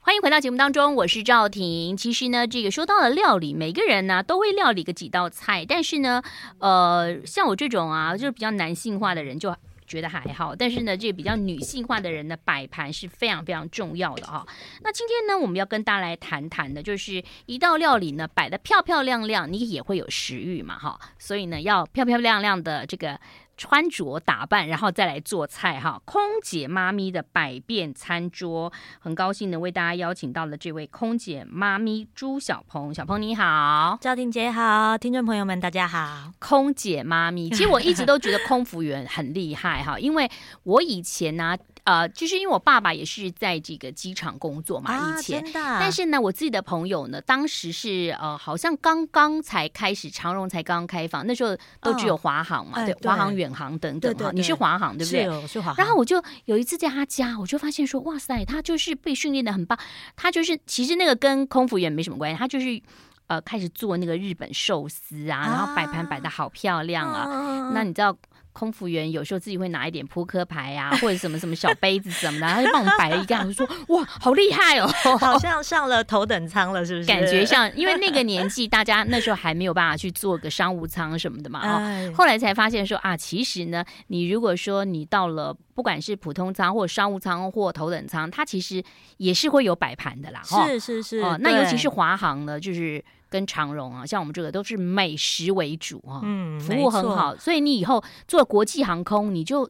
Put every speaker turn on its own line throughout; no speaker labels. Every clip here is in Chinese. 欢迎回到节目当中，我是赵婷。其实呢，这个说到了料理，每个人呢都会料理个几道菜，但是呢，呃，像我这种啊，就是比较男性化的人就。觉得还好，但是呢，这个比较女性化的人呢，摆盘是非常非常重要的啊、那今天呢，我们要跟大家来谈谈的，就是一道料理呢摆的漂漂亮亮，你也会有食欲嘛哈、所以呢，要漂漂亮亮的这个穿着打扮，然后再来做菜哈、空姐妈咪的百变餐桌，很高兴呢为大家邀请到了这位空姐妈咪朱小鹏，小鹏你好。
赵婷姐好，听众朋友们大家好。
空姐妈咪， 其实我一直都觉得空服员很厉害哈，因为我以前呢、呃，就是因为我爸爸也是在这个机场工作嘛，以前。
啊真的，
但是呢，我自己的朋友呢，当时是呃，好像刚刚才开始，长荣才刚开放，那时候都只有华航嘛，
哎
对，
对
华航、远航等等
对
哈
对。对
你是华航对不对
是？哦，是华航。
然后我就有一次在他家，我就发现说，哇塞，他就是被训练的很棒。他就是其实那个跟空服员没什么关系，他就是呃开始做那个日本寿司啊，然后摆盘摆的好漂亮啊。
啊
那你知道空服员有时候自己会拿一点扑克牌啊，或者什么什么小杯子什么的，他就帮我们摆了一个，我就说哇，好厉害哦。
好像上了头等舱了，是不是？
感觉上，因为那个年纪，大家那时候还没有办法去做个商务舱什么的嘛，哦，
哎，
后来才发现说啊，其实呢，你如果说你到了不管是普通舱或商务舱或头等舱，它其实也是会有摆盘的啦，哈
是是是
哦，那尤其是
对
华航呢，就是跟长荣啊，像我们这个都是美食为主啊，
嗯，
服务很好，所以你以后做国际航空，你就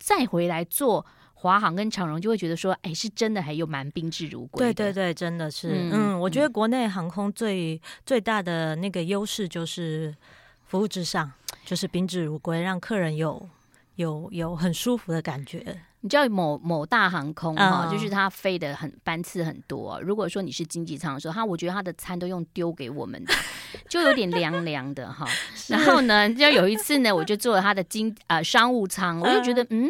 再回来做华航跟长荣，就会觉得说，哎，是真的还有蛮宾至如归
对
的，
对对，真的是，
嗯
嗯，我觉得国内航空最最大的那个优势就是服务至上，就是宾至如归，让客人有有有很舒服的感觉。
你知道某某大航空哈、
嗯
就是它飞的很班次很多。如果说你是经济舱的时候，它我觉得它的餐都用丢给我们的， 就有点凉凉的哈。然后呢，就有一次呢，我就坐了它的经呃商务舱，我就觉得嗯，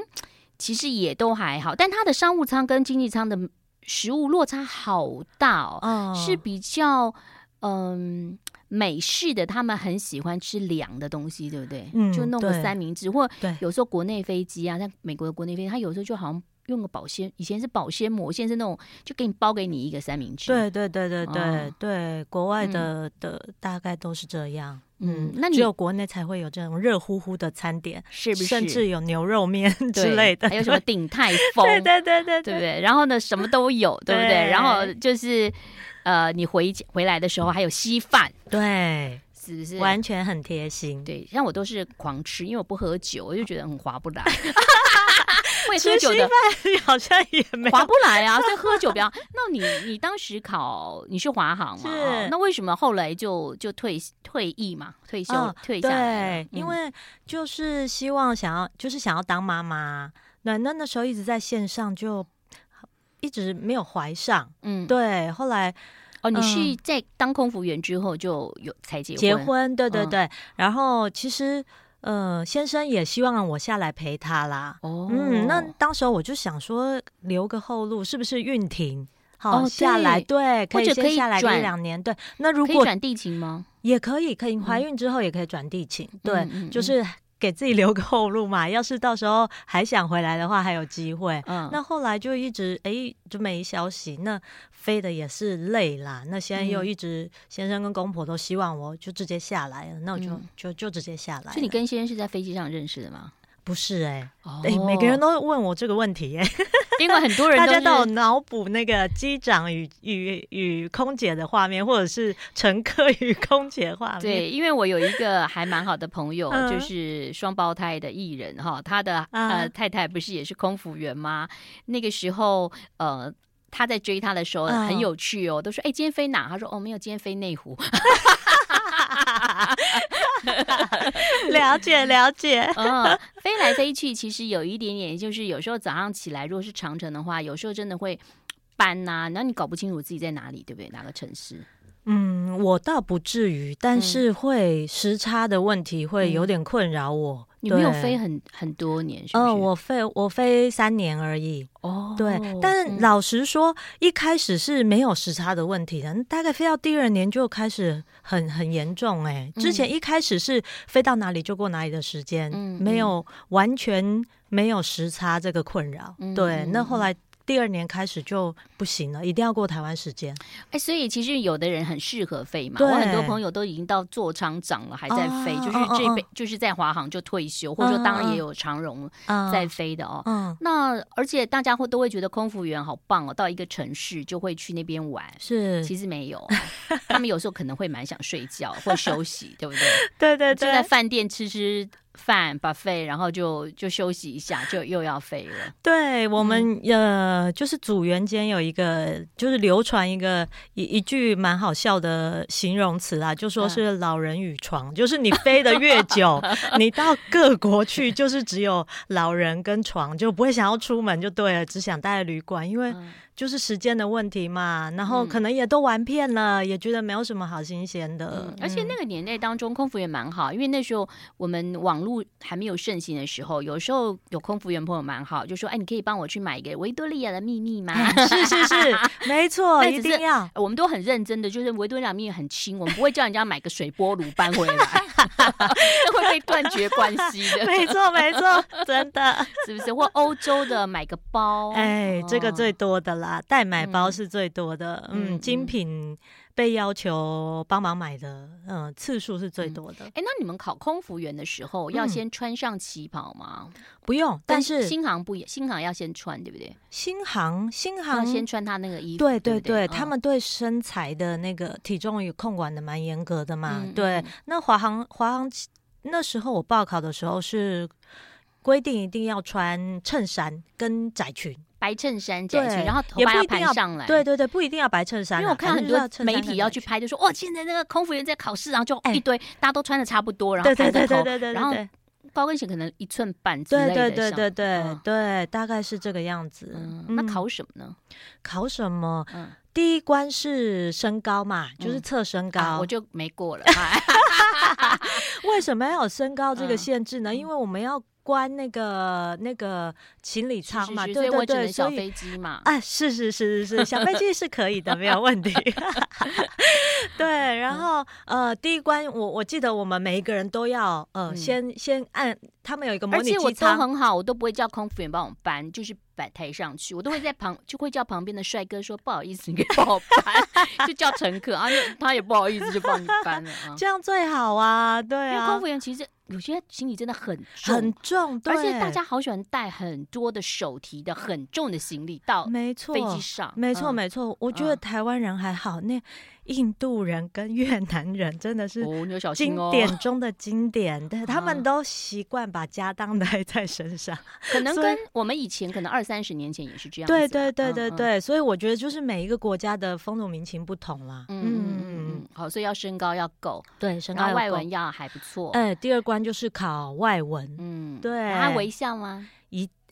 其实也都还好，但它的商务舱跟经济舱的食物落差好大哦，
哦
是比较嗯。美式的他们很喜欢吃凉的东西，对不对？
嗯
就弄个
对
三明治，或
对
有时候国内飞机啊，像美国的国内飞机，它有时候就好像用个保鲜，以前是保鲜膜，现在是那种就给你包给你一个三明治。，
对对对对对、
哦
对，国外的、的大概都是这样。
嗯
嗯，
那你
只有国内才会有这种热乎乎的餐点，
是不是？
甚至有牛肉面
对
之类的，
还有什么鼎泰丰，
对？对对对对
对不
对，
对？然后呢，什么都有，对不对？
对
然后就是，呃，你回回来的时候还有稀饭，
对
是不是？
完全很贴心。
对，像我都是狂吃，因为我不喝酒，我就觉得很划不 来。会喝
吃
酒
稀
的
饭 好像也没
划
有，
不来啊，所以喝酒比较。那你你当时考你是华航嘛？
是
哦那为什么后来就就退退役嘛？退休、
哦
退下来了嗯
对，因为就是希望想要，就是想要当妈妈。那那那时候一直在线上，就一直没有怀上。
嗯嗯
对，后来
哦，你
嗯
是在当空服员之后就有才结婚？
结婚，对对
嗯
对。然后其实，呃，先生也希望我下来陪他啦。
哦，
嗯，那当时候我就想说，留个后路，是不是运停？好、
哦
下来，对，可
或
以
者可
先
以
下来
转
一两年，对。那如
可以
果
转地勤吗？
也可以，可以
嗯
怀孕之后也可以转地勤，对，
嗯嗯嗯
就是给自己留个后路嘛。要是到时候还想回来的话，还有机会。
嗯，
那后来就一直哎、就没消息，那飞的也是累啦。那现在又
嗯
一直、先生跟公婆都希望我就直接下来了，那我就、
嗯
就就直接下来了。
所以你跟先生是在飞机上认识的吗？
不是哎、
哦
哎、每个人，都问我这个问题 哎、
因为很多人
大
都
家
是
都有脑补那个机长与与与空姐的画面，或者是乘客与空姐画面。
对，因为我有一个还蛮好的朋 友，
嗯
就是双胞胎的艺人哈，他的呃
啊
太太不是也是空服员吗？那个时候呃。他在追他的时候
嗯
很有趣哦，都说哎、今天飞哪？他说哦没有，今天飞内湖。
了 解了解，
嗯，飞来飞去其实有一点点，就是有时候早上起来如果是长城的话，有时候真的会搬呐、然后你搞不清楚自己在哪里，对不对？哪个城市？
嗯，我倒不至于，
嗯
但是会时差的问题会有点困扰我。
你没有
对
飞？很很多年，是不是？
嗯，我飞我飞三年而已。
哦，
对，但老实说，一开始是没有时差的问题的，大概飞到第二年就开始很很严重、
嗯
哎，之前一开始是飞到哪里就过哪里的时间，
嗯
没有完全没有时差这个困扰。
嗯
对，
嗯
那后来第二年开始就不行了，一定要过台湾时间。
哎，所以其实有的人很适合飞嘛，
对
我很多朋友都已经到座舱长了还在飞，
哦
就是
哦
这
哦
辈、就是在华航就退休，
嗯
或者说当然也有长荣
啊
在飞的哦。
嗯
那而且大家会都会觉得空服员好棒哦，到一个城市就会去那边玩。
是，
其实没 有，哦他们有时候可能会蛮想睡觉或休息， 对不对？
对对
就在饭店吃吃饭 buffet，然后就就休息一下，就又要飞了。
对我
嗯
们、呃，就是组员间有一个，就是流传一个一一句蛮好笑的形容词啦，就
嗯
说是“老人与床”，就是你飞得越 久，你到各国去就是只有老人跟床，就不会想要出门就对了，只想待在旅馆，因为
嗯
就是时间的问题嘛。然后
嗯
可能也都玩遍了，也觉得没有什么好新鲜的
嗯，，而且那个年代当中，空服员蛮好，因为那时候我们网络还没有盛行的时候，有时候有空服员朋友蛮好，就说：“哎，你可以帮我去买一个维多利亚的秘密吗？”
嗯是是是，没错，
那
一
只
定
是
要。
我们都很认真的，就是维多利亚秘密很轻，我们不会叫人家买个水波炉搬回来， 那会被断绝关系的，
没错，没错，真的。
是不是？或欧洲的买个包，
哎，这个
哦
最多的啦，代买包
嗯
是最多的，
嗯
嗯，
嗯
精品被要求帮忙买的，嗯，次数是最多的，
哎，那你们考空服员的时候要
嗯
先穿上旗袍吗？
不用，但是
新航不一，新航要先穿，对不对？
新航新
要
航
先穿他那个衣服，
对
对
对
不对
对，他
嗯
们对身材的那个体重与控管的蛮严格的嘛
嗯，
对
嗯，
那华航华航那时候我报考的时候是。规定一定要穿衬衫跟窄裙，
白衬衫窄裙，
对
然后头
也
发
不
要
一定
盘
要
上来。
对，对对，不一定要白衬衫
哎因
啊，
为我看
反
很
正就
多
是衬衫
媒
跟
体
窄
要去
裙
拍，就说哇，现在那个空服员在考试，然后就
哎
一堆大家都穿的差不多，然后
对对
排在
对对
头
对对，
然后
对
高跟鞋可能一寸半之类的
对对
上。
对对对
嗯
对，大概是这个样子。
嗯，
嗯
那考什么呢？
考什么？
嗯，
第一关是身高嘛，就是
嗯
测身
啊
高
我。就没过 了。啊
为什么要有身高这
嗯
个限制呢？因为我们要关那个那个行李
是是
舱嘛，
是所
对
以我
对
只
对，
能小
所以。
飞机嘛。
啊，是是是是是，小飞机是可以的，没 有问题。对，
嗯
然后呃，第一关我我记得我们每一个人都要呃，
嗯
先先按他们有一个模
而
拟
且我
机
都
舱，
很好，我都不会叫空服员帮我搬，就是摆台上去，我都会在旁就会叫旁边的帅哥说不好意思，你可以帮我搬，就 叫乘客啊，那他也不好意思就帮你搬了啊。
这样最好啊，对
因为
啊
空服，员其实有些行李真的很重，
很重，对
而且大家好喜欢带很多的手提的很重的行李到
没错，
飞机上，
没错，
嗯
没错。我觉得
嗯
台湾人还好，那印度人跟越南人真的是
哦，你要小心
经
哦。
典中的经典，对他
啊
们都习惯把家当带在身上。
可能
所以
跟我们以前可能二三十年前也是这样子吧，
对对对
嗯
对。
嗯
对，所以我觉得就是每一个国家的风土民情不同啦。
嗯嗯嗯嗯，好，所以要身高要够，
对，身
然
高
后外
要够
文。要还不错，
哎，第二关就是考外文。
嗯，
对
那他微笑吗？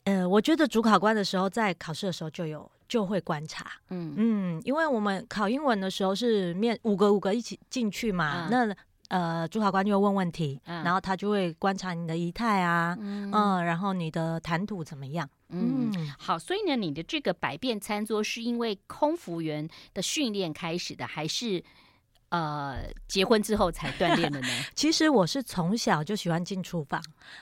呃，我觉得主考官的时候，在考试的时候就有就会观察。
嗯，
嗯，因为我们考英文的时候是面五个五个一起进去
嗯
嘛，那呃主考官就会问问题，
嗯
然后他就会观察你的仪态啊，
嗯
嗯、然后你的谈吐怎么样？
嗯
嗯，
好，所以呢，你的这个百变餐桌是因为空服员的训练开始的，还是呃结婚之后才锻炼的 呢？
其实我是从小就喜欢进厨房，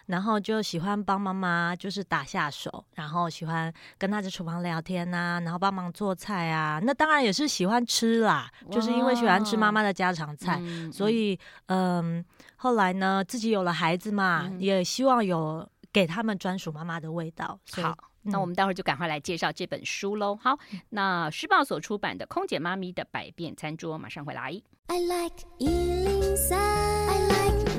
然后就喜欢帮妈妈就是打下手，然后喜欢跟她在厨房聊天呐、然后帮忙做菜啊，那当然也是喜欢吃啦，就是因为喜欢吃妈妈的家常菜，
嗯
所以，嗯，后来呢，自己有了孩子嘛，
嗯
也希望有给他们专属妈妈的味道。所以
好，那我们待会儿就赶快来介绍这本书喽。好，那时报所出版的《空姐妈咪的百变餐桌》，马上回来。
I like Ealing Sound. I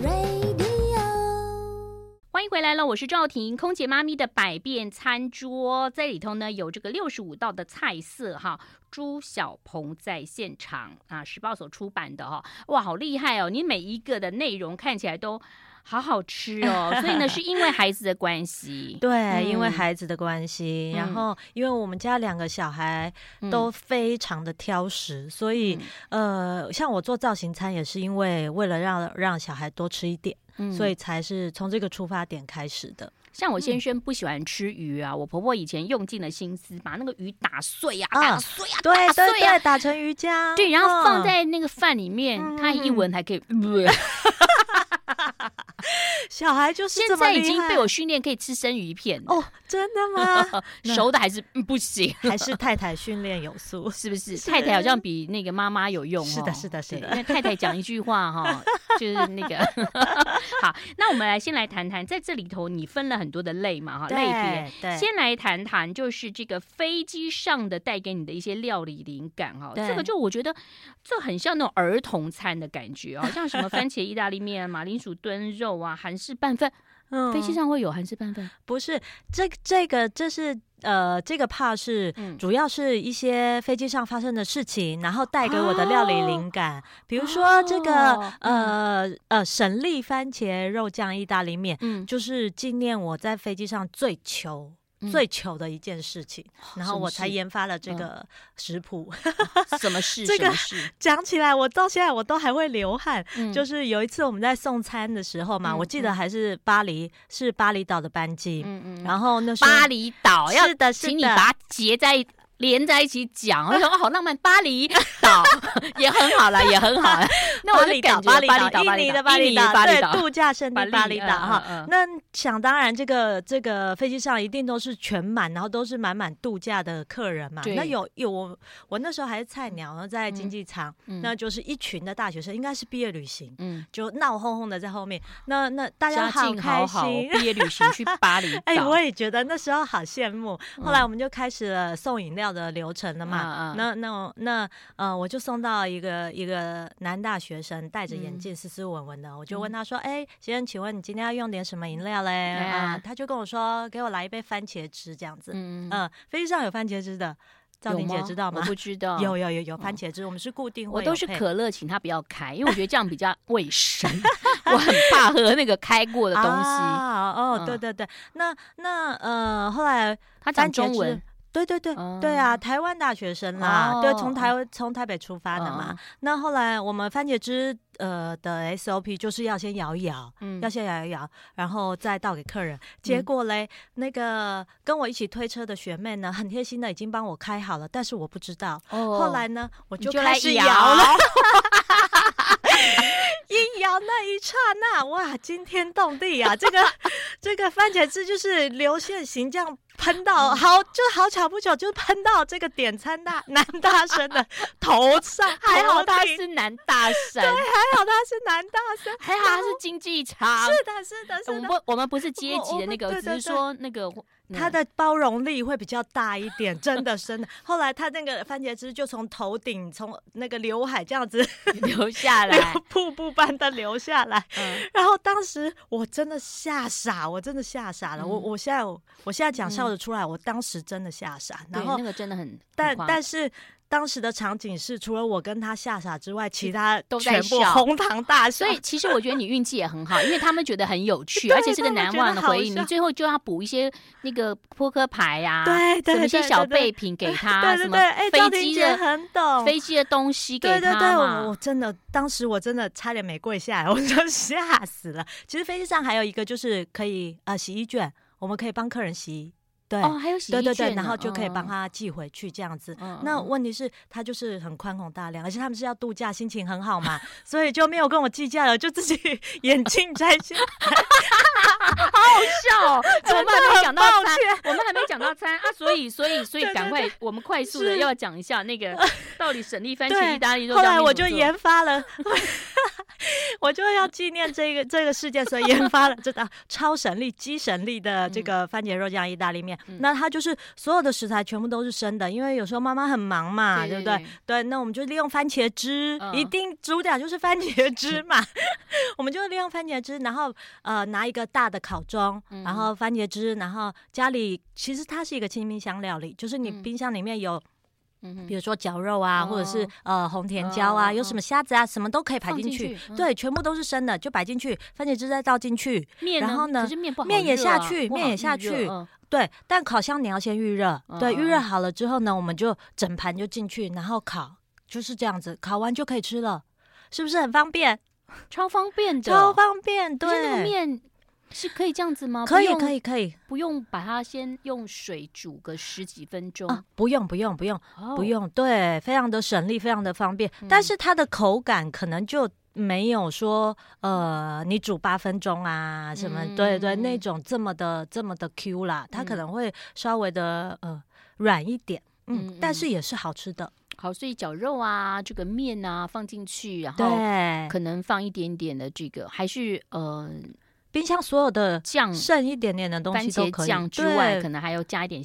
like radio.
欢迎回来了，我是赵婷，空姐妈咪的百变餐桌，在里头呢有这个六十五道的菜色哈。朱小鹏在现场啊，时报所出版的哈、哇，好厉害哦！你每一个的内容看起来都好好吃 哦，所以呢，是因为孩子的关系，
对，因为
嗯
孩子的关系，
嗯
然后因为我们家两个小孩 都非常的挑食，所以
嗯
呃，像我做造型餐也是因为为了让让小孩多吃一点，
嗯啊
所以才是从这个出发点开始的。
像我先
嗯
生不喜欢吃鱼啊，我婆婆以前用尽了心思把那个鱼打碎呀、
啊
打碎呀、
对
打碎
对
呀
对，打成鱼浆，
啊 对，然后放
嗯
在那个饭里面，
嗯
他一闻还可以，
小孩就是
现
这么
在
厉害
已经被我训练可以吃生鱼片了
哦，真的 吗？那
熟的还是嗯不行，，
还是太太训练有素
是不是？
是
太太好像比那个妈妈有用哦。
是的是的是的
对因为太太讲一句话哈，就是那个 好。那我们来先来谈谈，在这里头你分了很多的类嘛哈，类别。
对对
先来谈谈，就是这个飞机上的带给你的一些料理灵感哈、
对
这个就我觉得这很像那种儿童餐的感觉哦，像什么番茄意大利面、啊、马铃薯炖肉啊、韩式拌饭，
嗯
飞机上会有韩式拌饭，
不是这这个这是呃这个怕是。
嗯，
主要是一些飞机上发生的事情，然后带给我的料理灵感，比如说这个、
哦
呃呃省力番茄肉酱意大利面，
嗯，
就是纪念我在飞机上最糗、
嗯
最糗的一件事情，然后我
什
才
么
研发了这个食谱。
事什么事？
这个
什么事？
讲起来，我到现在我都还会流汗。
嗯
就是有一次我们在送餐的时候嘛，
嗯
我记得还是巴黎，是巴厘岛的班机，
嗯嗯，
然后那时候
巴厘岛要
是的，是
请你
的。
把它结在连在一起 讲，我想哦哇，好浪漫，巴厘岛 也很好啦，也很好啦。那我
巴
就
厘
感
岛，
觉
厘
巴厘
岛，
岛，
印尼的
巴
厘
岛，巴厘
对，
岛，
度假胜地巴厘岛哈。
嗯，嗯嗯
那想当然，这个这个飞机上一定都是全满，然后都是满满度假的客人嘛
对。
那有有我我那时候还是菜鸟，然后在经济舱，
嗯
那就是一群的大学生，应该是毕业旅行，
嗯，
就闹哄哄的在后面。那那大家
家
好
境好
开
好，
心，
毕业旅行去巴厘岛，
哎、我也觉得那时候好羡慕。后来我们就开始了送饮料的流程了嘛。
嗯嗯嗯
那那我那呃，我就送到一个一个男大学生，戴着眼
嗯
镜，斯斯文文的。我就问他说：“哎、先生，请问你今天要用点什么饮料嘞？”
哎呀
啊、他就跟我说：“给我来一杯番茄汁这样子。
嗯
嗯，飞机上有番茄汁的，赵
有
婷姐
吗
知道
我
吗？
不知道，哦
有有有有番茄汁，我们是固定会
我都
有
是
配
可乐，请他不要开，因为我觉得这样比较卫生， 我很怕喝那个开过的东西。
啊、哦，
嗯
对对对，那那呃，后来
他
番
讲
茄
中文
汁，对对对、
哦
对啊，台湾大学生啦，
哦
对，从台从台北出发的嘛。
嗯
那后来我们番茄汁呃的 SOP 就是要先摇一摇，
嗯
要先摇一摇，然后再倒给客人。结果嘞，那个跟我一起推车的学妹呢，很贴心的已经帮我开好了，但是我不知道。
哦
后来呢，我
你
就
就
开
来
始
摇
摇了。 一摇那一刹那，哇，惊天动地啊！这个这个番茄汁就是流线型这样喷
嗯
到，好就好巧不巧，就喷到这个点餐大男大生的头上，
还
还好
好
他
他
是
是男大神，
还好他是男大生，
还好他是经济舱，
是的，是的，哦
我
是
们
的。
不，我们不是阶级的那
我
个，
我
只是说那个呃
他
嗯
的包容力会比较大一点，真的，真的。后来他那个番茄汁就从头顶，从那个刘海这样子
嗯留下 来
流，瀑布般的流下来。
嗯
然后当时我真的吓傻，我真的吓傻了。
嗯
我我现在我现在讲笑得出来，我当时真的吓傻。
嗯对，
然后
那个真的很，
但啊
很夸张
但是当时的场景是，除了我跟他吓傻之外，其他
都在
全部
笑
哄堂大笑
所。以其实我觉得你运气也很好，因为他们觉得很有趣，
对
而且是个难忘的回忆。
他们觉得好笑
你最后就要补一些那个扑克牌呀、
对
啊
对
什么一些
对对
小
对
备品给他，
对对对，哎，
什
赵
么
婷
飞机
姐
的
很懂。
飞机的东西给
对对对，
他
我
嘛
我。真的当时我真的差点没跪下来， 我就吓死了。其实飞机上还有一个就是可以呃洗衣卷，我们可以帮客人洗衣。对、
哦，还有洗衣
对
券
对
呢，
对，然后就可以
嗯
帮。他寄回去这样子。
嗯
那
嗯
问题是，他就是很宽宏大量，而且他们是要度假，心情很好嘛，所以就没有跟我计较了，就自己 眼镜摘下。
笑， 哎我们还没讲到
很抱
餐，我们还没讲到餐啊，所以所以所以
对对
赶快，我们快速的
是
要讲一下那 个到底省力番茄
对
意大利肉
后
酱
来
面
我
怎
就
么做
研发了， 我就要纪念这个这个事件，所以研发了 这道超神力、鸡神力的
嗯
这个番茄肉酱意大利面。那它就是所有的食材全部都是生的，因为有时候妈妈很忙嘛，
对
不
对
对？对，那我们就利用番茄汁，
嗯
一定主打就是番茄汁嘛。 我们就利用番茄汁，然后呃拿一个大的烤钟，
嗯
然后番茄汁，然后家里其实它是一个清冰箱料理，就是你
嗯
冰箱里面有。
嗯哼
比如说绞肉啊，或者是
哦
呃红甜椒啊，
哦
有什么虾子啊，什么都可以排
放
进
进
去
去嗯，
对，全部都是生的，就摆进去，番茄汁再倒进去，
面呢，
然后呢
可是面不好
面也
热
下
啊
去
不
面
好
也下
预热
去
嗯
对，但烤箱你要先预热，对，
嗯嗯
预热好了之后呢，我们就整盘就进去，然后烤，就是这样子，烤完就可以吃了，是不是很方便？
超方便的，
超方便，
可是那个
对，
面是可以这样子吗？
可以
不用
可，以可以
不用把它先用水煮个十几分钟，
啊，不用不用不用
哦嗯
不用，对，非常的省力，非常的方便，但是它的口感可能就没有说呃，你煮八分钟啊，什么、
嗯
对对，那种这么的这么的 Q 啦，它可能会稍微的呃软一点，嗯，
嗯
但是也是好吃的，
好，所以绞肉啊，这个面啊放进去，然后
对，
可能放一点点的这个，还是呃
冰箱所有的
酱、
剩一点点的
嗯
东
番
西都可
茄
以，
酱之外，
对
可能还要加一点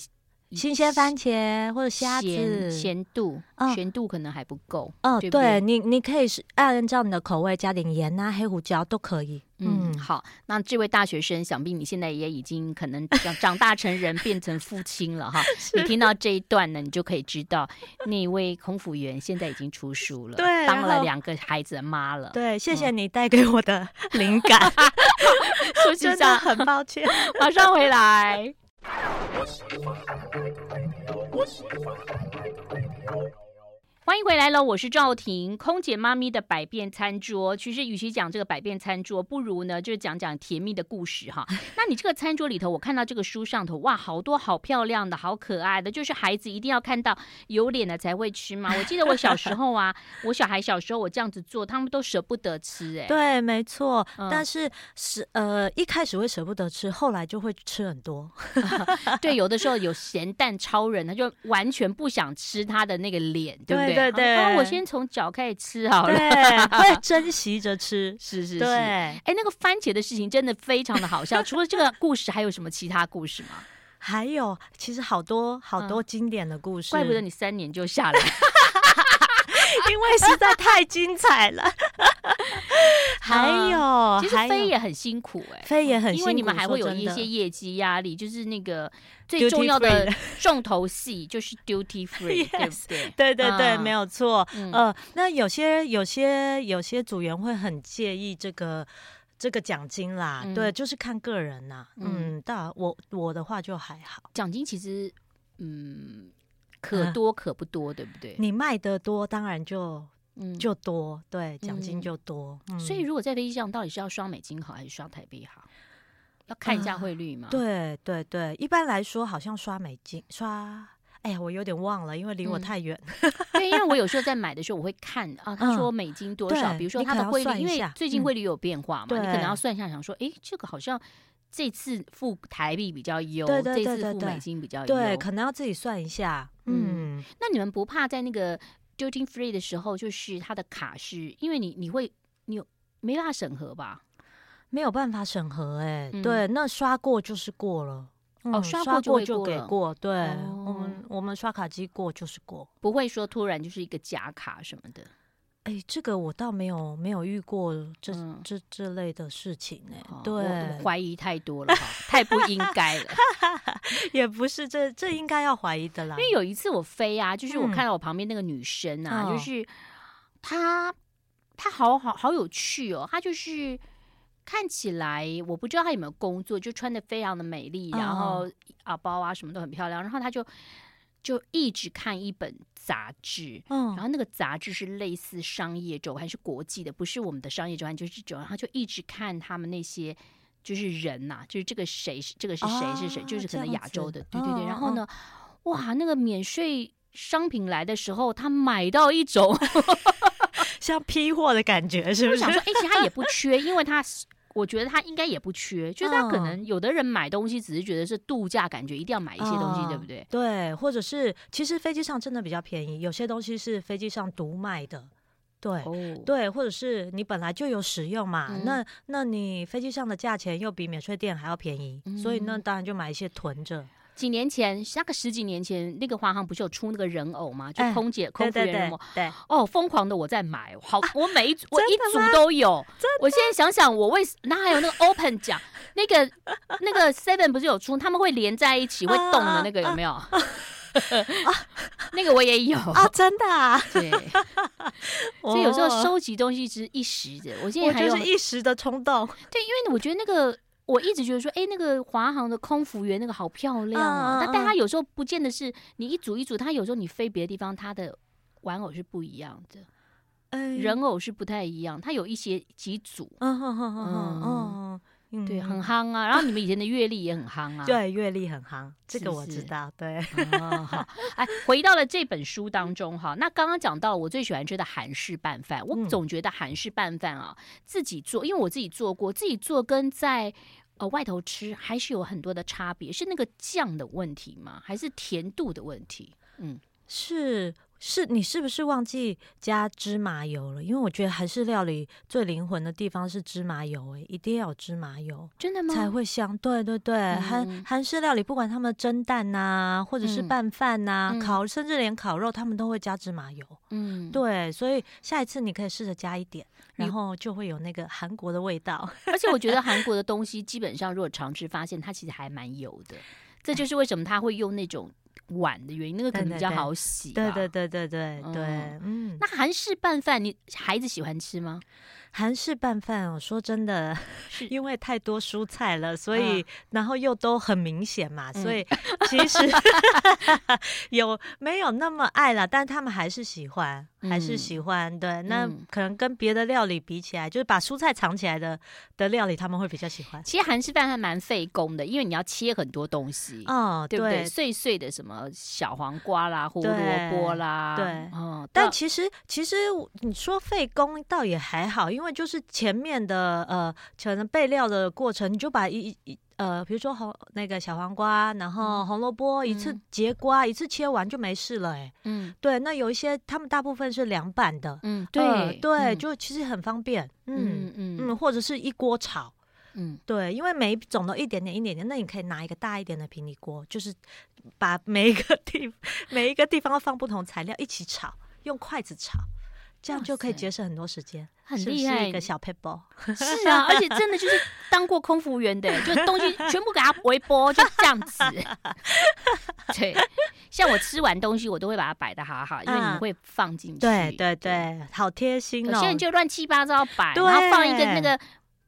新鲜番茄或者虾
咸
子，
咸度
嗯，
咸度可能还不够。
哦，
对不对
对你，你可以是按照你的口味加点盐啊、黑胡椒都可以。
嗯，好，那这位大学生，想必你现在也已经可能长长大成人，变成父亲 了哈。你听到这一段呢，你就可以知道那位空服员现在已经出书了，
对
当
然
了
后
两个孩子的妈了。
对，谢
嗯
谢你带给我的灵感，
休息一
真的
下，
很抱歉。
马上回来。欢迎回来了，我是赵婷，空姐妈咪的百变餐桌。其实，与其讲这个百变餐桌，不如呢，就是讲讲甜蜜的故事哈。那你这个餐桌里头，我看到这个书上头，哇，好多好漂亮的、好可爱的，就是孩子一定要看到有脸的才会吃嘛。我记得我小时候啊， 我小孩小时候我这样子做，他们都舍不得吃哎、
对，没错，
嗯
但是是呃，一开始会舍不得吃，后来就会吃很多。
对，有的时候有咸蛋超人，他就完全不想吃他的那个脸，对不
对对对
那我先从脚开始吃好了。
对， 会珍惜着吃。
是 是是。
对，
哎，那个番茄的事情真的非常的好笑。除了这个故事，还有什么其他故事吗？
还有其实好多好多经典的故事，
嗯怪不得你三年就下来。
因为实在太精 彩了。还有，
嗯其实
哦还有
飞也很辛苦哎、
飞也很辛苦，
因为你们还会有
说真
一
的
些业绩压力，就是那 个最
Duty
重要
free
的
的
重头戏就是 duty free，对不
Yes，
对？
对对对，
嗯
没有错。
嗯
呃，那有些有些有些组员会很介意这个这个奖金啦，
嗯
对，就是看个人呐。
嗯
嗯，但我我的话就还好，
奖金其实，嗯，可
啊
多可不多，对不对？
你卖的多，当然就
嗯，
就多，对，奖
嗯
金就多。嗯
所以，如果在飞机上，到底是要刷美金好还是刷台币好？要看一下
啊
汇率嘛。，
对对对，一般来说好像刷美金刷。哎呀，我有点忘了，因为离我
嗯
太远。
对，因为我有时候在买的时候，我会看啊，他说美金多少，
嗯对
比如说
你
它
可能
的
要
汇率，
算
因
一
为
下
最近
嗯
汇率有变化嘛，
对
你可能要算一下，想说，诶，这个好像这次付台币比较优，
对对对
这
对
次付
对
美金比较优。
对，可能要自己算一下。
哦嗯
嗯，
那你们不怕在那个 duty free 的时候，就是它的卡是，因为你你会你有没办法审核吧？
没有办法审核哎、
嗯哦
对，那刷过就是过了。嗯
刷过
过
就会
就
过
给
了
过，对、
哦
我们我们刷卡机过就是过。
不会说突然就是一个假卡什么的。
哎，这个我倒没有没有遇过这、
嗯
这这类的事情哎、
哦我
对，
怀疑太多了哈，太不应该了。
也不是这这应该要怀疑的啦
因，为有一次我飞啊，就是我
嗯
看到我旁边那个女生啊，
哦
就是她，她好好好有趣哦，她就是看起来我不知道她有没有工作，就穿的非常的美丽，
哦
然后啊包啊什么都很漂亮，然后她就就一直看一本杂志。然
嗯，
后那个杂志是类似商业周刊，是国际的，不是我们的商业周刊，就是这种。然后就一直看他们那些就是人呐、就是这个谁是这个是谁是谁，
哦
就是可能
这样
亚洲
子
的，对对对。
嗯
然后呢，哇，那个免税商品来的时候，他买到一种，
像批货的感觉是
我
不
想
是？
说，哎、其实他也不缺，因为他是。我觉得他应该也不缺，就是他可
嗯
能有的人买东西只是觉得是度假，感觉一定要买一些东西，对不
嗯
对？？
对，或者是其实飞机上真的比较便宜，有些东西是飞机上独卖的，对。
哦，
对，或者是你本来就有使用嘛，
嗯
那那你飞机上的价钱又比免税店还要便宜，所以那
嗯
当然就买一些囤着。
几年前，大概十几年前，那个华航不是有出那个人偶吗？就
哎
空姐、空
对
服
对
员人偶，
对对，
哦，疯狂的我在买，好，我每一组我
啊真
一
的
组
吗
都有。我现在想想，我为那还有那个 Open 奖，那个那个 Seven 不是有出，他们会连在一起会动的那个有没有？ 那个我也有。
啊，真的啊，
对， 所以有时候
哦
收集东西只是一时的。我现在
我
还有
就是一时的冲 动，
对，因为我觉得那个我一直觉得说，哎、那个华航的空服员那个好漂亮啊。
嗯嗯
那、但
嗯
它有时候不见得是你一组一组，它有时候你飞别的地方，它的玩偶是不一样的，
哎
嗯人偶是不太一样，它有一些几组。
嗯哼哼哼哼
嗯
嗯，嗯
对，很夯啊。然后你们以前的阅历也很夯啊。
对，阅历很夯，这
是
个
不
我
是
知道。对，
哦，好，哎，回到了这本书当中哈，那刚刚讲到了我最喜欢吃的韩式拌饭，我
嗯
总觉得韩式拌饭啊，自己做，因为我自己做过，自己做跟在呃外头吃还是有很多的差别，是那个酱的问题吗？还是甜度的问题？
是是，你是不是忘记加芝麻油了？因为我觉得韩式料理最灵魂的地方是芝麻油、欸，一定要有芝麻油。
真的吗？
才会香，对对对，
嗯
韩韩式料理不管他们蒸蛋呐、或者是
嗯
拌饭呐、
嗯
烤甚至连烤肉，他们都会加芝麻油。
嗯，
对，所以下一次你可以试着加一点，
你
然后就会有那个韩国的味道。
而且我觉得韩国的东西基本上，如果常吃，发现它其实还蛮油的，这就是为什么他会用那种碗的原因，那个可能比较
对对对
好洗吧。
对对对对对对，嗯，
那韩式拌饭，你孩子喜欢吃吗？
韩式拌饭哦，说真的，
是
因为太多蔬菜了，所以、然后又都很明显嘛，
嗯
所以其实 有没有那么爱啦，但他们还是喜欢，还是
嗯
喜欢。对，那
嗯
可能跟别的料理比起来，就是把蔬菜藏起来的的料理，他们会比较喜欢。
其实韩式饭还蛮费工的，因为你要切很多东西，
哦，
对不对？
对
碎碎的什么小黄瓜啦、胡萝卜啦，
对
嗯，
但
但
其实，其实我你说费工倒也还好，因为就是前面的呃，可能备料的过程，你就把一一一呃，比如说红那个小黄瓜，然后红萝卜一次
嗯
节瓜，一次切完就没事了、欸。哎，
嗯
对，那有一些他们大部分是凉拌的，
嗯，对、
呃对，
嗯
就其实很方便。嗯
嗯嗯
嗯，或者是一锅炒。
嗯
对，因为每一种都一点点一点点，那你可以拿一个大一点的平底锅，就是把每一个地 每一个地方放不同材料一起炒，用筷子炒，这样
哇
就可以
塞
节省很多时间，
很
是不
厉
是
害
一个小 paper。
是 啊，而且真的就是当过空服员的，就东西全部给它微波，就这样子。 对，像我吃完东西，我都会把它摆的好好，因为你
啊
会放进去。
对对。对，好贴心
有
哦
些。人就乱七八糟摆，然
对
后放一个那个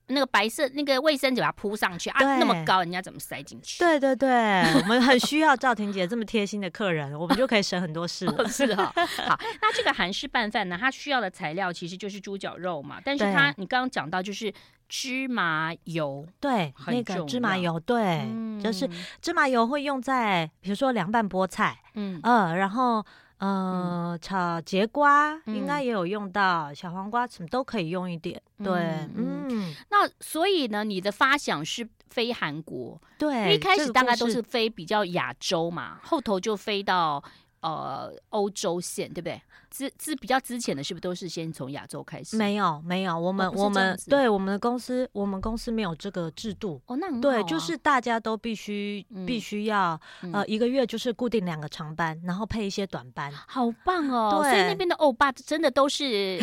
那个白色那个卫生纸把它铺上去啊，
对
那么高，人家怎么塞进去？
对对对，我们很需要赵婷姐这么贴心的客人，我们就可以省很 多事了。
是哈、好，那这个韩式拌饭呢，它需要的材料其实就是猪脚肉嘛，但是它你刚刚讲到就是芝麻油，
对，
很
那个
重
芝麻
要
油，对，就是芝麻油会用在比如说凉拌菠菜，
嗯
呃，然后呃，炒节瓜应该
嗯
也有用到，小黄瓜什么都可以用一点。对，
嗯
嗯，
那所以呢，你的发想是飞韩国，因
对，
为一开
哎这
始
个
大
故
概都
事
是飞比较亚洲嘛，后头就飞到呃欧洲线，对不对？之之比较之前的是不是都是先从亚洲开始？
没有没有，我们、
不是
我
这样
们
子
对我们的公司，我们公司没有这个制度。
哦，那很好
对，
啊
就是大家都必须、必
嗯
须要、
嗯
呃一个月就是固定两个长班，然后配一些短班。
好棒哦！所
对
以那边的欧巴真的都 是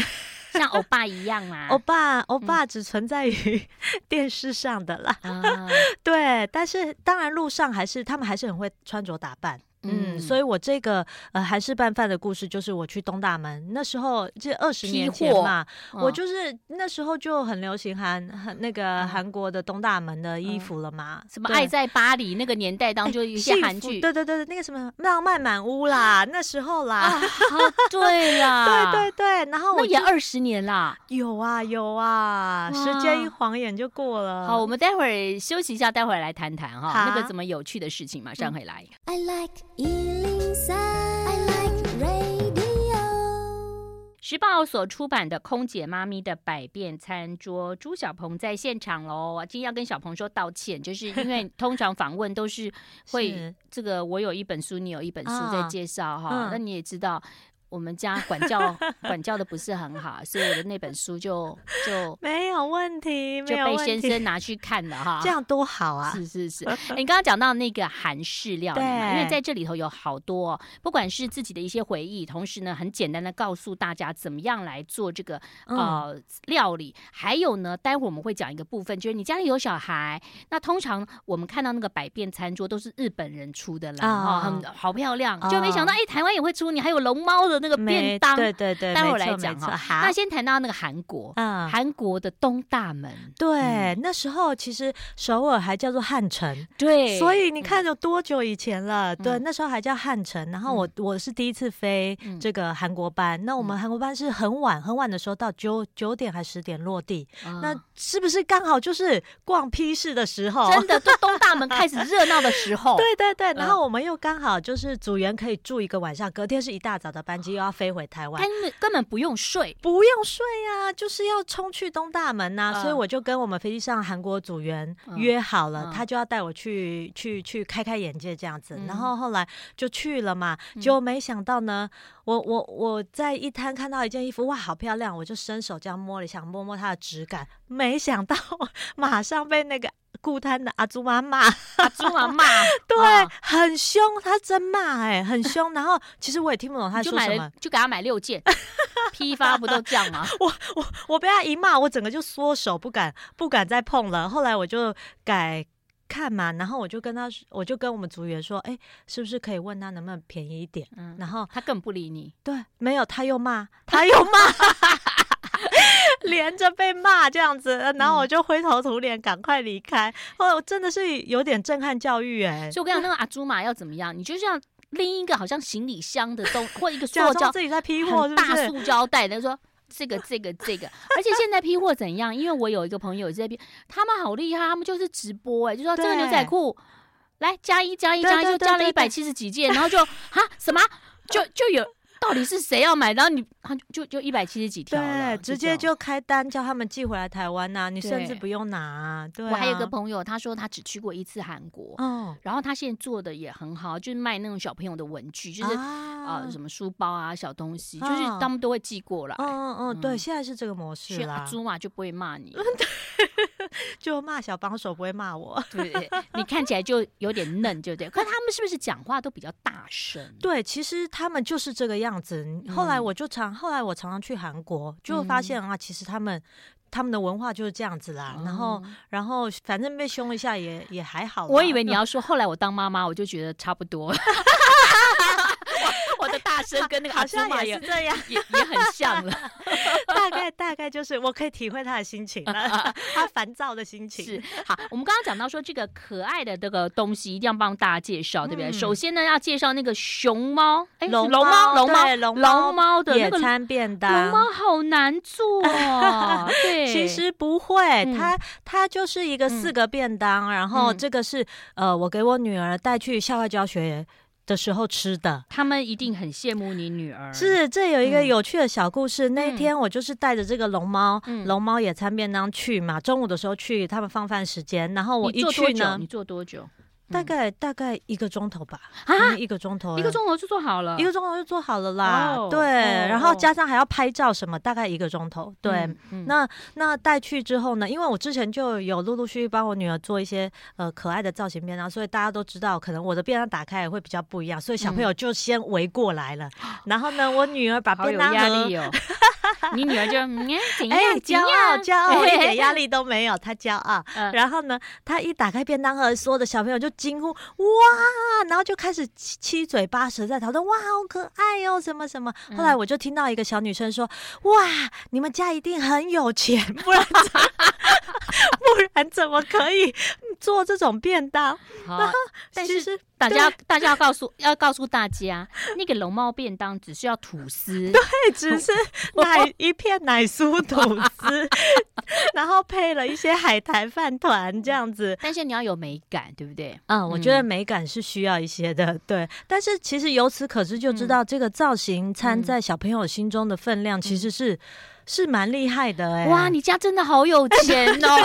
像欧巴一样啊啦、
欧巴，欧
嗯
巴只存在于 电视上的啦。
啊，
对，但是当然路上还是他们还是很会穿着打扮。嗯，所以我这个呃韩式拌饭的故事，就是我去东大门那时候，这二十
批
年前
货
嘛，
嗯
我就是那时候就很流行韩韩那个
嗯
韩国的东大门的衣
嗯
服了嘛，
什么
对哎
爱在巴黎那个年代当中有一些
幸
韩
福
剧
对对对，那个什么浪漫满屋啦，那时候
啊，
啦，
好对啦，
对对对，然后
那
我
也
就
二十年啦。
有啊有啊，时间一
哇
晃眼就过了。
好，我们待会儿休息一下，待会儿来谈谈哈，那个
嗯好啊嗯
怎么有趣的事情，马上回来。
I like Ealing Sound. I like radio.
时报所出版的《空姐妈咪的百变餐桌》，朱小鹏在现场喽。今天要跟小鹏说道歉，就是因为通常访问都是会
是
这个，我有一本书，你有一本书
啊
在介绍哈。
嗯
那你也知道，我们家管教 管教的不是很好，所以我的那本书就就
没有问题，
就
没有
被
问
先
题，
生拿去看了哈。
这样多好啊！
是是 是，哎你刚刚讲到那个韩式料理嘛，
对
因为在这里头有好多、不管是自己的一些回忆，同时呢，很简单的告诉大家怎么样来做这个、
嗯
呃料理，还有呢，待会儿我们会讲一个部分，就是你家里有小孩，那通常我们看到那个百变餐桌都是日本人出的啦，
啊
哦，很好漂亮，
啊
就没想到哎、台湾也会出，你还有龙猫的那个便
没
当。
对啊对对，
待会儿
没错
来讲
没错
哈
好
那先谈到那个韩国，
啊，
韩国的东大门，
对，
嗯
那时候其实首尔还叫做汉城，
对，
所以你看有多久以前了？对，
嗯
那时候还叫汉城。然后我、我是第一次飞这个韩国班，那我
嗯
们韩国班是很晚很晚的时候到九九点还十点落地，
嗯
那是不是刚好就是逛批市的时候？
真的，就东大门开始热闹的时候，
哦 对对对，然
嗯
后我们又刚好就是组员可以住一个晚上，隔天是一大早的班
哦
机，又要飞回台湾，
根本根本不用 睡，
不用睡啊，就是要冲去东大门呐、
嗯
所以我就跟我们飞机上韩国组员
嗯
约好了，
嗯
他就要带我去去去开开眼界这样子。
嗯
然后后来就去了嘛，结果没想到呢，我我我在一摊看到一件衣服，哇，好漂亮，我就伸手这样摸了一下，想摸摸它的质感，没想到马上被那个。顾摊的阿朱妈骂，
阿朱妈骂，
对，
啊
很凶，他真骂哎、很凶。然后其实我也听不懂他
就
说
买
什么
了，，就给他买六 件，批发不都这样吗？
我被他一骂，我整个就缩手，不敢不敢再碰了。后来我就改看嘛，然后我就跟他说，我就跟我们组员说，哎、是不是可以问他能不能便宜一点？
嗯，
然后
他更不理你，
对，没有，他又骂，他又骂。 连着被骂这样子，然
嗯
后我就灰头土脸，赶快离开。后来我真的是有点震撼教育哎、
所以我跟你讲，那个阿朱玛要怎么样，你就像拎一个好像行李箱的东，或一个塑
假
胶
装自己在批货
很
是不
大
是？
塑胶袋，他说。这个这个这个，而且现在批货怎样？因为我有一个朋友也在批，他们好厉害，他们就是直播哎、就说这
对
个牛仔裤来加一加一
对
加一，
对
就
对
加了
对
一百
对
七十几件，然后就啊什么就就有到底是谁要买？然后你他就就一百七十几条了
对，直接
这样
就开单叫他们寄回来台湾呐、你甚至
对
不用拿、啊。对啊、
我还有一个朋友，他说他只去过一次韩国，
哦，
然后他现在做的也很好，就是卖那种小朋友的文具，就是
啊
呃什么书包啊、小东西，就是
啊
他们都会寄过来。
嗯嗯嗯，对，
嗯
现在是这个模式
去阿
啦，
朱嘛就不会骂你了，
就骂小帮手不会骂我。
对不对？你看起来就有点嫩，对不对？可他们是不是讲话都比较大声？啊
对，其实他们就是这个样子。后来
嗯
我就常，后来我常常去韩国，就发现啊，其实他们他们的文化就是这样子
啊
啦。然后，然后反正被凶一下也也还好啦。
哦我以为你要说，后来我当妈妈，我就觉得差不多。 我的大声跟那个阿
好
朱
像
嘛
也
也
是这 样，
也也很像 了，
大概大概就是我可以体会他的心情了， 他烦躁的心
啊
情。
是好。我们刚刚讲到说这个可爱的这个东西，一定要帮大家介绍，对不对？
嗯
首先呢，要介绍那个熊猫，哎，是
龙
龙猫，
猫
龙猫，
对龙猫
龙猫的那
野
个
餐便当，
龙猫好难做 哦，对，
其实不会，
嗯
它它就是一个四个便当，然后
嗯
这个是呃，我给我女儿带去校外教学的时候吃的。
他们一定很羡慕你女儿，
是，这有一个
嗯
有趣的小故事。那一天我就是带着这个龙猫、
嗯
龙猫野餐便当去嘛，中午的时候去，他们放饭时间，然哦后我
你
一
做多
去
久？
呢
你，做多久？嗯
大概大概一个钟头吧，
啊
嗯一个钟头，
一个。钟头就做好了，嗯
一个钟头就做好了啦，
哦
对，
哦
然后
哦
加上还要拍照什么，大概一个钟头，对，
嗯，嗯
那那带去之后呢？因为我之前就有陆陆续续帮我女儿做一些呃可爱的造型便当，所以大家都知道，可能我的便当打开也会比较不一样，所以小
嗯
朋友就先围过来了。然后呢，我女儿把
啊好
便
有
当
压
盒
力 哦。你女儿就嗯怎样
哎，
怎
骄傲
样
骄傲，一点压力都没有，她骄傲。
嗯
然后呢，她一打开便当盒，所有的小朋友就惊呼哇，然后就开始七七嘴八舌在讨论哇，好可爱哦，什么什么。
嗯
后来我就听到一个小女生说，哇，你们家一定很 有钱，不然怎不然怎么可以做这种便当？
好，但
其
是
实
大家大家要告诉要告诉大家，那个龙猫便当只需要吐司，
对，哎 只是奶一片奶酥吐司，然后配了一些海苔饭团这样子。
但是你要有美感，对不对？
嗯，我觉得
嗯
美感是需要一些的，对。但是其实由此可知，就知道这个造型餐
嗯
在小朋友心中的分量其实是、是蛮厉害的哎、
哇，你家真的好 有钱哦！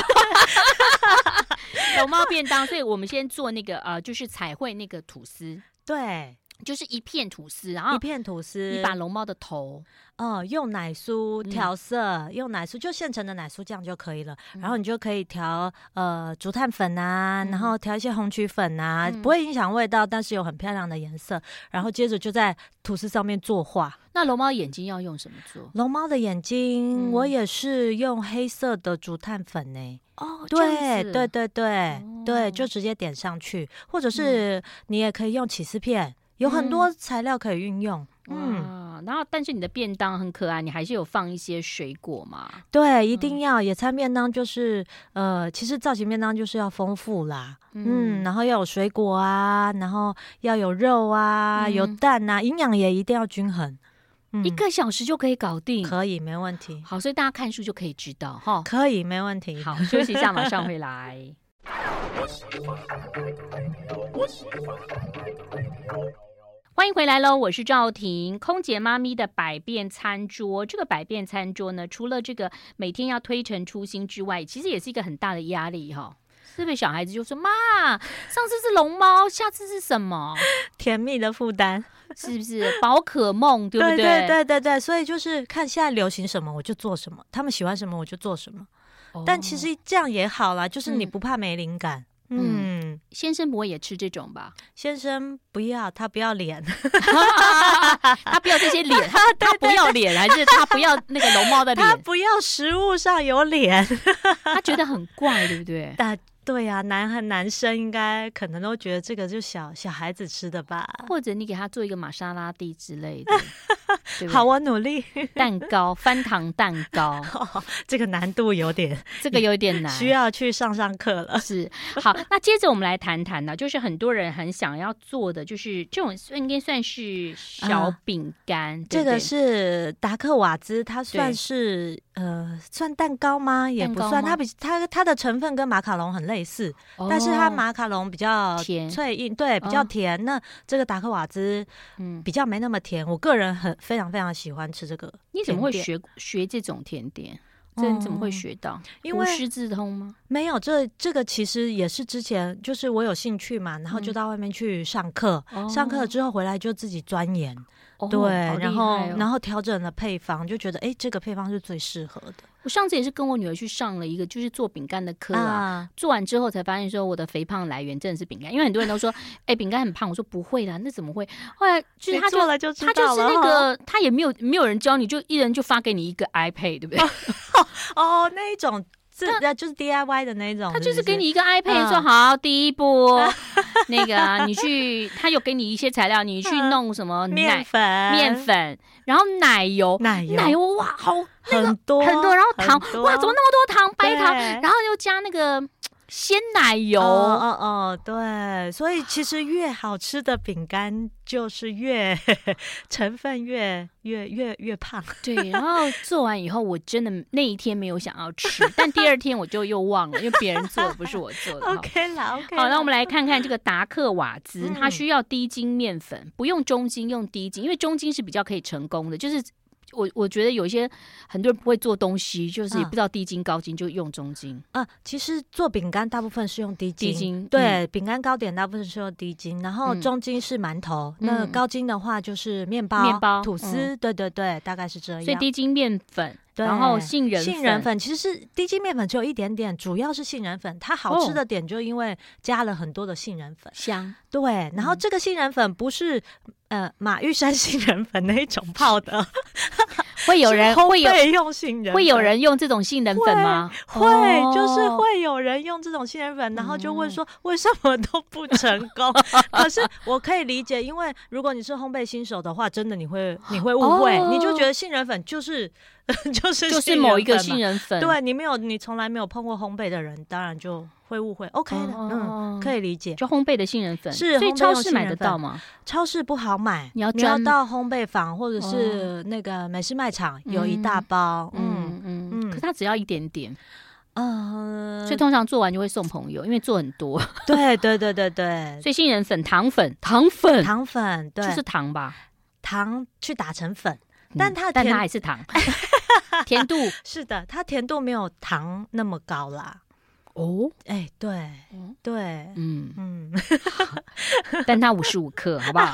龙猫便当，所以我们先做那个呃，就是彩绘那个吐司，
对
就是一片吐司，然后
一片吐司，
哦你把龙猫的头，
哦用奶酥
嗯
调色，用奶酥就现成的奶酥酱就可以了。
嗯
然后你就可以调呃竹炭粉啊，然后调一些红曲粉啊，
嗯
不会影响味道，但是有很漂亮的颜色。然后接着就在吐司上面作画。
那龙猫眼睛要用什么做？
龙猫的眼睛，
嗯
我也是用黑色的竹炭粉呢、
哦
对对对对、
哦嗯
对，就直接点上去，或者是你也可以用起司片，有很多材料可以运用。
嗯，然后但是你的便当很可爱，你还是有放一些水果嘛？
对，一
嗯
定要野餐便当就是呃，其实造型便当就是要丰富啦，嗯，然后要有水果啊，然后要有肉啊，
嗯
有蛋啊，营养也一定要均衡。嗯
一个小时就可以搞定。
可以没问题，
好，所以大家看书就可以知道哈。
可以没问题。
好，休息一下，马上回 来。欢迎回来喽，我是赵婷，空姐妈咪的百变餐桌。这个百变餐桌呢，除了这个每天要推陈出新之外，其实也是一个很大的压力哈、是不是小孩子就说妈，上次是龙猫，下次是什么？
甜蜜的负担，
是不是宝可梦？对不
对
对
对对对对，所以就是看现在流行什么我就做什么，他们喜欢什么我就做什么。
哦
但其实这样也好啦，就是你
嗯
不怕没灵感。
嗯
嗯，
先生不会也吃这种吧？
先生不要，他不要 脸。
他不要这些脸，他他不要脸，还是他不要那个龙猫的
他
脸？
不要食物上有脸。
他觉得很怪，对不对？
但对呀、男和男生应该可能都觉得这个就小小孩子吃的吧。
或者你给他做一个玛莎拉蒂之类 的，对不对
好，我努力。
蛋糕翻糖蛋糕，
这个难度有点
这个有点难。
需要去上上课了。
是好，那接着我们来谈谈呢，就是很多人很想要做的，就是这种应该算是小饼干，对
嗯这
不对
个是达克瓦兹，它算
对
是呃算蛋糕吗？也
蛋
不
糕
算，
吗
它比它它的成分跟马卡龙很类似，但是它，马卡龙比较
哦甜
脆硬，对，比较
哦
甜。那这个达克瓦兹
哦嗯，
比较没那么甜，我个人很非常非常喜欢吃这个。
你怎么会
甜
学学这种甜点？这你怎么会
嗯
学到？
因
无
为
师自通吗？
没有，这这个其实也是之前就是我有兴趣嘛，然后就
嗯
到外面去上课，上课
哦
了之后回来就自己钻研，
哦
对，
好厉
然后
害哦
然后调整了配方，就觉得诶这个配方是最适合的
我上次也是跟我女儿去上了一个就是做饼干的课啊，。做完之后才发现说我的肥胖来源真的是饼干，因为很多人都说，哎、饼干很胖，我说不会啦，那怎么会？后来就是
你
他就
哎做了就知
他就
道
是
了
那
哈
个他也没有没有人教你，就一人就发给你一个 iPad，对不对？
哦，那一种自呃就是 DIY 的那一种，
他就是
是不
给
是
你一个 iPad，
嗯
说好第一步， 那个啊你去，他有给你一些材料，你去
嗯
弄什么
面
奶
粉、
面、粉，然后奶油。
奶油、
奶油哇，好
很多
很多，然后糖
很多
哇，怎么那么多糖？白糖，
对
然后又加那个鲜奶油，
哦哦哦，对，所以其实越好吃的饼干，就是越 成分越越越越胖。
对，然后做完以后，我真的那一天没有想要吃，但第二天我就又忘了，因为别人做的不是我做 的。哈
OK 啦，OK 啦。
好，那我们来看看这个达克瓦兹，
嗯
它需要低筋面粉，不用中筋，用低筋，因为中筋是比较可以成功的。就是我我觉得有一些很多人不会做东西，就是也
嗯
不知道低筋高筋，就用中筋。
啊，其实做饼干大部分是用低筋，
低筋
对，饼干糕点大部分是用低筋，然后
嗯
中筋是馒头，
嗯
那高筋的话就是面包、
面包嗯
吐司，对对对，大概是这样。
所以低筋面粉，
对
然后杏仁
杏仁粉其实低筋面粉只有一点点，主要是杏仁粉，它好
哦
吃的点就因为加了很多的杏仁粉。
香，
对，
嗯
然后这个杏仁粉不是呃马玉山 杏仁粉那一种泡的，
会有人
是烘
会有
焙用杏仁，
会有。人用这种杏仁粉吗？
啊会，就是
哦嗯
会有人用这种杏仁粉，然后就问说为什么都不成功。可是我可以理解，因为如果你是烘焙新手的话，真的你会你会误会，
哦
你就觉得杏仁粉就是 就是
就是
杏仁
某一个
粉嘛
杏仁粉，
对你没有你从来没有碰过烘焙的人，当然就会误会。OK 的，嗯，
哦
可以理解。
就烘焙的杏仁粉，
是
所以
烘焙
超
用
市
杏
买
仁
得
粉
到吗？
超市不好买，
你要哦
你要
专
到烘焙坊或者是那个美式卖场有一大包。
嗯
嗯
嗯
嗯
可是它只要一点点，
嗯，
所以通常做完就会送朋友，因为做很多，
对对对对对，
所以杏仁粉、糖粉、糖粉
糖粉对
就是糖吧，
糖去打成粉，
嗯
但它
但它
甜
还是 糖，甜度
是的，它甜度没有糖那么高啦。
哦，
哎，对
嗯
对，
嗯，
嗯，
但它五十五克，好不好？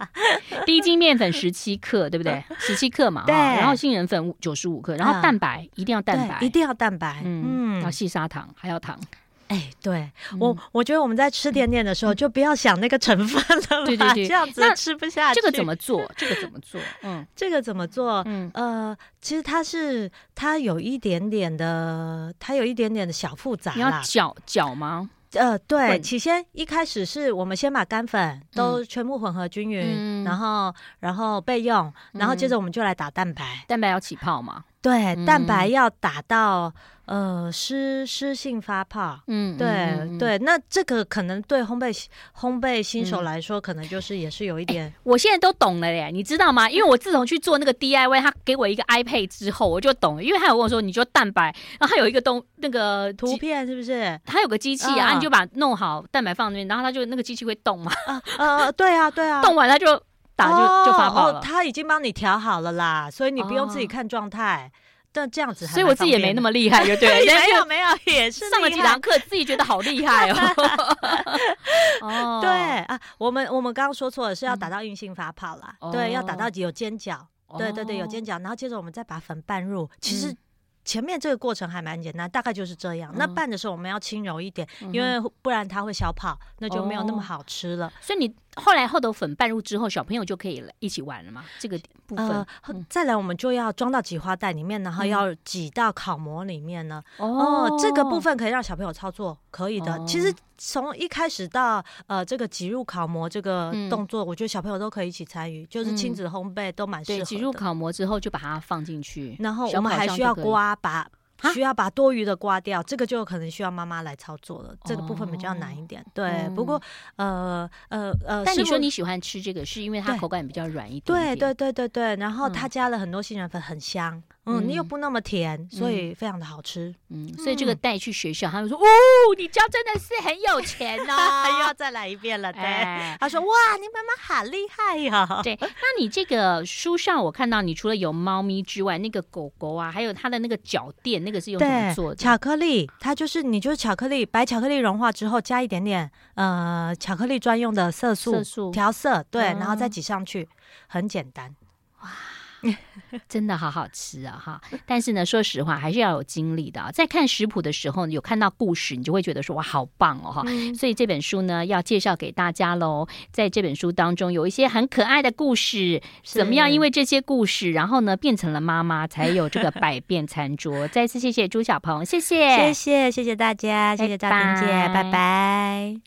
低筋面粉十七克，对不对？十七克嘛，
对
哈然后杏仁粉九十五克，然后
嗯
蛋白一定要蛋
对
白，
一定要蛋白。
嗯，
嗯
然后，细砂糖还要糖，
哎，对，我
嗯
我觉得我们在吃甜点的时候，就不要想那个成分了吧，
对对对
这样
那
子吃不下去。
这个怎么做？这个怎么做？ 嗯
这个怎么做？
嗯，
呃，其实它是它有一点点的，它有一点点的小复杂
你要
啦。
搅搅吗？
呃，对，
混
起先一开始是我们先把干粉都全部混合均匀，
嗯
然后然后备用，然后接着我们就来打蛋白。
蛋白要起泡嘛，
对，
嗯
蛋白要打到呃湿湿性发泡。
嗯，
对、
嗯，嗯嗯
对，那这个可能对烘焙烘焙新手
嗯哎
来说，可能就是也是有一点，
我现在都懂了耶，你知道吗？因为我自从去做那个 DIY，他给我一个 iPad 之后，我就懂了，因为他有跟我说，你就蛋白，然后他有一个东那个
图
机。
片是不是？
他有个机器啊，
啊
你就把弄好蛋白放那边，然后它就那个机器会动嘛，
啊呃，对啊对 啊，
动完它就打就、就发泡
哦哦
了。
他已经帮你调好了啦，所以你不用自己
哦
看状态。但这样子还蛮方便的，
所以我自己也没那么厉害，就对了。但
没
是
有没有，也是
上了
厉
几
害
堂课，自己觉得好厉害哦。哦，
对啊，我们我们刚刚说错了，是要打到硬性发泡啦，
嗯
对，要打到
哦
有尖角，对对对，有尖
角。
角，然后接着我们再把粉拌入，其实
嗯。
前面这个过程还蛮简单，大概就是这样。那
嗯
拌的时候我们要轻柔一点，
嗯哼
因为不然它会消泡，那就没有那么
哦
好吃了。
所以你后来厚豆粉拌入之后，小朋友就可以一起玩了嘛？这个部分
呃，再来我们就要装到挤花袋里面，然后
嗯
要挤到烤模里面呢。哦，这个部分可以让小朋友操作，可以的。
哦
其实从一开始到呃这个挤入烤模这个
嗯
动作，我觉得小朋友都可以一起参与，就是亲
嗯
子烘焙都蛮适合
对
的。
挤入烤模之后，就把它放进去，
然后
小
我们
烤
还
箱
需
就
要
可以。
刮把
啊。
需要把多余的刮掉，这个就可能需要妈妈来操作了，这个部分比较难一点。对，
嗯
不过呃呃呃，
但你
师
说
傅
你喜欢吃这个，是因为它
对
口感比较软一点
对
点。
对对对对，然后
嗯
它加了很多杏仁粉，很香，嗯，你又
嗯
不那么甜，所以非常的好吃。
嗯，所以这个
嗯
带去学校，他们说：“哦，你家真的是很有钱哦。
又要再来一遍了， 对。
哎
他说：“哇，你妈妈好厉害 呀、
对，那你这个书上我看到，你除了有猫咪之外，那个狗狗啊，还有它的那个脚垫，那个是用什么做的？
巧克力，它就是你就是巧克力，白巧克力融化之后加一点点呃巧克力专用的色素
色素
调色，对，
嗯
然后再挤上去，很简单。
真的好好吃啊哈！但是呢，说实话还是要有经历的啊。在看食谱的时候，有看到故事，你就会觉得说哇，好棒哦哈！所以这本书呢，要介绍给大家喽。在这本书当中，有一些很可爱的故事，怎么样？因为这些故事，然后呢，变成了妈妈，才有这个百变餐 桌。再次谢谢朱小鹏，谢谢，
谢谢谢谢大家，谢谢赵婷姐，
拜拜
拜拜